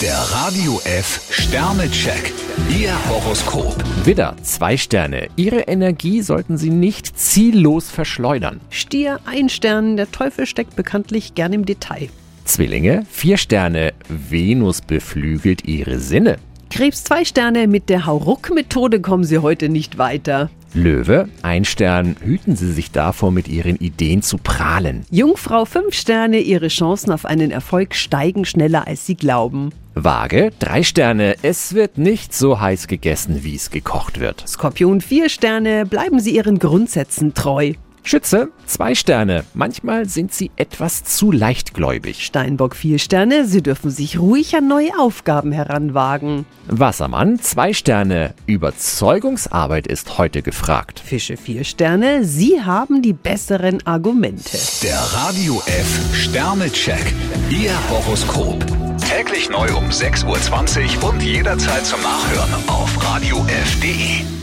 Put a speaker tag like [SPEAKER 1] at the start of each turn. [SPEAKER 1] Der Radio F Sternecheck. Ihr Horoskop.
[SPEAKER 2] Widder, zwei Sterne. Ihre Energie sollten Sie nicht ziellos verschleudern.
[SPEAKER 3] Stier, ein Stern, der Teufel steckt bekanntlich gern im Detail.
[SPEAKER 2] Zwillinge, vier Sterne. Venus beflügelt Ihre Sinne.
[SPEAKER 3] Krebs, zwei Sterne, mit der Hauruck-Methode kommen Sie heute nicht weiter.
[SPEAKER 2] Löwe, ein Stern. Hüten Sie sich davor, mit Ihren Ideen zu prahlen.
[SPEAKER 3] Jungfrau, fünf Sterne, Ihre Chancen auf einen Erfolg steigen schneller, als Sie glauben.
[SPEAKER 2] Waage, drei Sterne. Es wird nicht so heiß gegessen, wie es gekocht wird.
[SPEAKER 3] Skorpion, vier Sterne, bleiben Sie Ihren Grundsätzen treu.
[SPEAKER 2] Schütze, zwei Sterne. Manchmal sind Sie etwas zu leichtgläubig.
[SPEAKER 3] Steinbock, vier Sterne, Sie dürfen sich ruhig an neue Aufgaben heranwagen.
[SPEAKER 2] Wassermann, zwei Sterne. Überzeugungsarbeit ist heute gefragt.
[SPEAKER 3] Fische, vier Sterne, Sie haben die besseren Argumente.
[SPEAKER 1] Der Radio F Sternecheck. Ihr Horoskop. Täglich neu um 6.20 Uhr und jederzeit zum Nachhören auf Radio radiof.de.